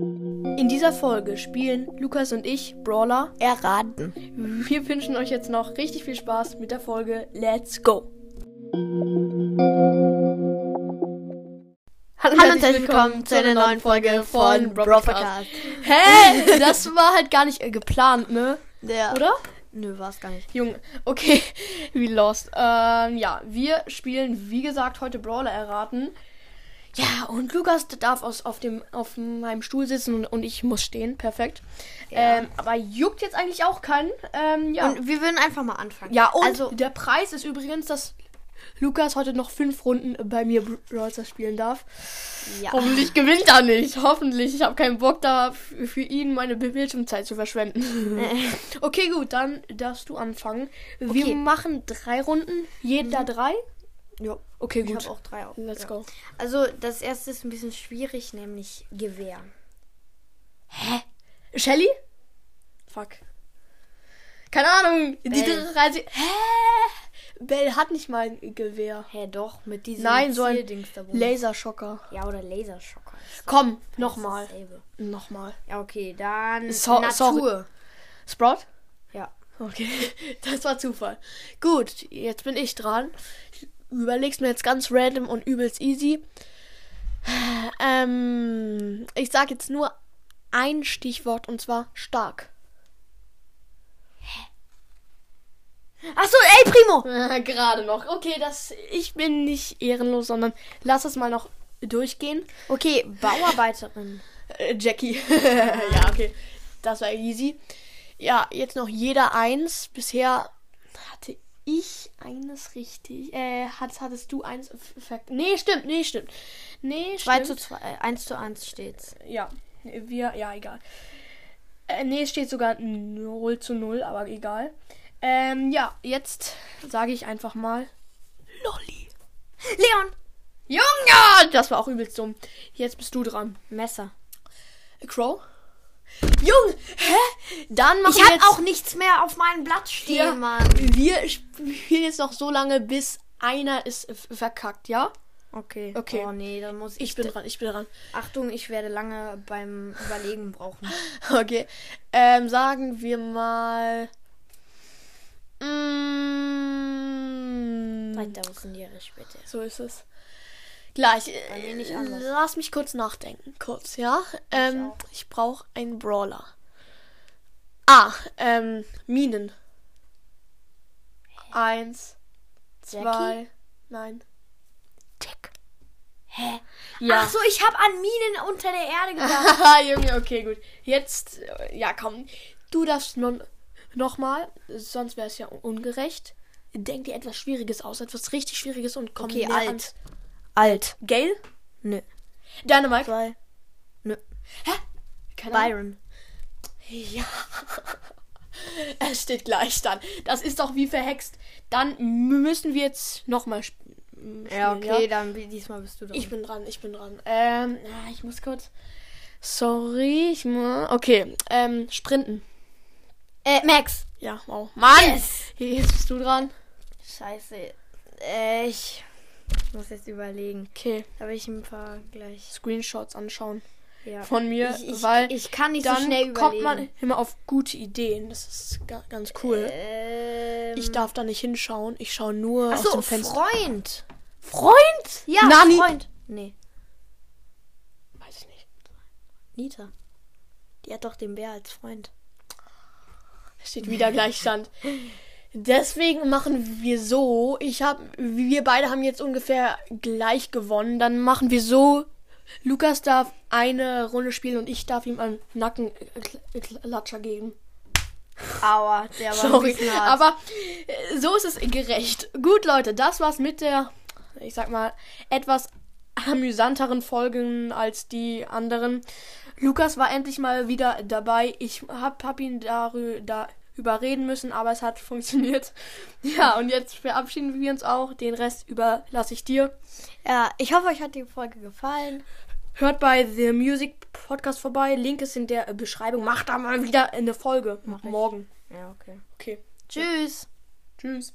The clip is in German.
In dieser Folge spielen Lukas und ich Brawler. erraten. Wir wünschen euch jetzt noch richtig viel Spaß mit der Folge. Let's go! Hallo und herzlich willkommen zu einer neuen Folge von Broadcast. Brofacast. Hä? das war halt gar nicht äh, geplant, ne? Der. Oder? Nö, war's gar nicht. Junge, okay, wie lost. Ähm, ja, wir spielen, wie gesagt, heute Brawler erraten. Ja, und Lukas darf aus, auf, dem, auf meinem Stuhl sitzen und, und ich muss stehen. Perfekt. Ja. Ähm, aber juckt jetzt eigentlich auch keinen. Ähm, ja. Und wir würden einfach mal anfangen. ja, und also der Preis ist übrigens, dass Lukas heute noch fünf Runden bei mir Br- Brawl Stars spielen darf. ja. Hoffentlich gewinnt er nicht. Hoffentlich. Ich habe keinen Bock da f- für ihn meine Bildschirmzeit zu verschwenden. okay, gut, dann darfst du anfangen. Wir Okay. machen drei Runden, jeder drei. Jo, Okay, ich gut. habe auch drei auf. Let's ja. go. Also das erste ist ein bisschen schwierig, nämlich Gewehr. Shelly? Fuck. Keine Ahnung. Die Bell. 30. Hä? Bell hat nicht mal ein Gewehr. Hä, doch mit diesem Nein, so ein Zieldings da oben. Laserschocker. ja oder Laserschocker. Das ist Komm, nochmal. dasselbe. Nochmal. Ja okay, dann So- Natur. Sprout? Ja. Okay, das war Zufall. Gut, jetzt bin ich dran. Überlegst mir jetzt ganz random und übelst easy. Ähm, ich sag jetzt nur ein Stichwort und zwar stark. Achso, El Primo. Gerade noch. Okay, das ich bin nicht ehrenlos, sondern lass es mal noch durchgehen. Okay, Bauarbeiterin. Äh, Jackie. ja, okay. Das war easy. Ja, jetzt noch jeder eins. Bisher hatte ich eines richtig. Äh, hat, hattest du eins? F- F nee, stimmt, nee, stimmt. Nee, 2 stimmt. zu 2, äh, 1 zu 1 steht's. Ja, wir, ja, egal. Äh, nee, es steht sogar 0 zu 0, aber egal. Ähm, ja, jetzt sage ich einfach mal Lolli. Leon. Junge, das war auch übelst dumm. Jetzt bist du dran. Messer. Crow? Junge, hä? Dann machen Ich wir hab jetzt... auch nichts mehr auf meinem Blatt stehen, Ja. Mann. Wir spielen jetzt noch so lange, bis einer ist f- verkackt, ja? Okay. Okay. Oh nee, dann muss ich. Ich bin dran, ich bin dran. Achtung, ich werde lange beim Überlegen brauchen. Okay. Ähm, sagen wir mal. Mm, 3000 Jahre später. so ist es. Gleich. Bei mir Äh, nicht anders. lass mich kurz nachdenken. Kurz, ja? Ähm, auch. ich, brauche einen Brawler. Ah, ähm, Minen. Eins, Jackie? zwei, nein. Tick. Hä? Ja. Ach so, ich habe an Minen unter der Erde gedacht. Haha, Junge, okay, gut. Jetzt, äh, ja, komm. Du darfst nun nochmal, sonst wäre es ja un- ungerecht. Denk dir etwas Schwieriges aus, etwas richtig Schwieriges und komm Okay, näher alt. ans- Alt. Gale? Nö. Dynamite? Zwei. Keine Ahnung. Byron. Ja. es steht gleich dann. Das ist doch wie verhext. Dann müssen wir jetzt nochmal sp mm, spielen. Ja, okay, dann bi- diesmal bist du dran. Ich bin dran, ich bin dran. Ähm, ah, ich muss kurz. Sorry, ich muss. Okay, ähm, sprinten. äh, Max. Ja, wow. Mann! Yes! Jetzt bist du dran. Scheiße. Äh, ich muss jetzt überlegen. Okay, Habe ich ein paar gleich. Screenshots anschauen Ja. von mir, ich, ich, weil ich kann nicht so dann schnell überlegen. kommt man immer auf gute Ideen. Das ist ga ganz cool. Ähm, ich darf da nicht hinschauen. Ich schaue nur Achso, aus dem Fenster. Freund. Freund? Ja, Nani. Freund. Nee, Weiß ich nicht. Nita. Die hat doch den Bär als Freund. Steht wieder Gleichstand. Deswegen machen wir so. Ich habe, wir beide haben jetzt ungefähr gleich gewonnen. Dann machen wir so. Lukas darf eine Runde spielen und ich darf ihm einen äh, Nackenklatscher geben. Aua, der war Sorry, aber äh, so ist es gerecht. Gut, Leute, das war's mit der, ich sag mal, etwas amüsanteren Folgen als die anderen. Lukas war endlich mal wieder dabei. Ich hab, hab ihn darü- da überreden müssen, aber es hat funktioniert. Ja, und jetzt verabschieden wir uns auch. Den Rest überlasse ich dir. ja, ich hoffe, euch hat die Folge gefallen. Hört bei The Music Podcast vorbei. Link ist in der Beschreibung. Macht da mal wieder eine Folge. Mach ich. Morgen. Ja, okay. Okay. Tschüss. Tschüss.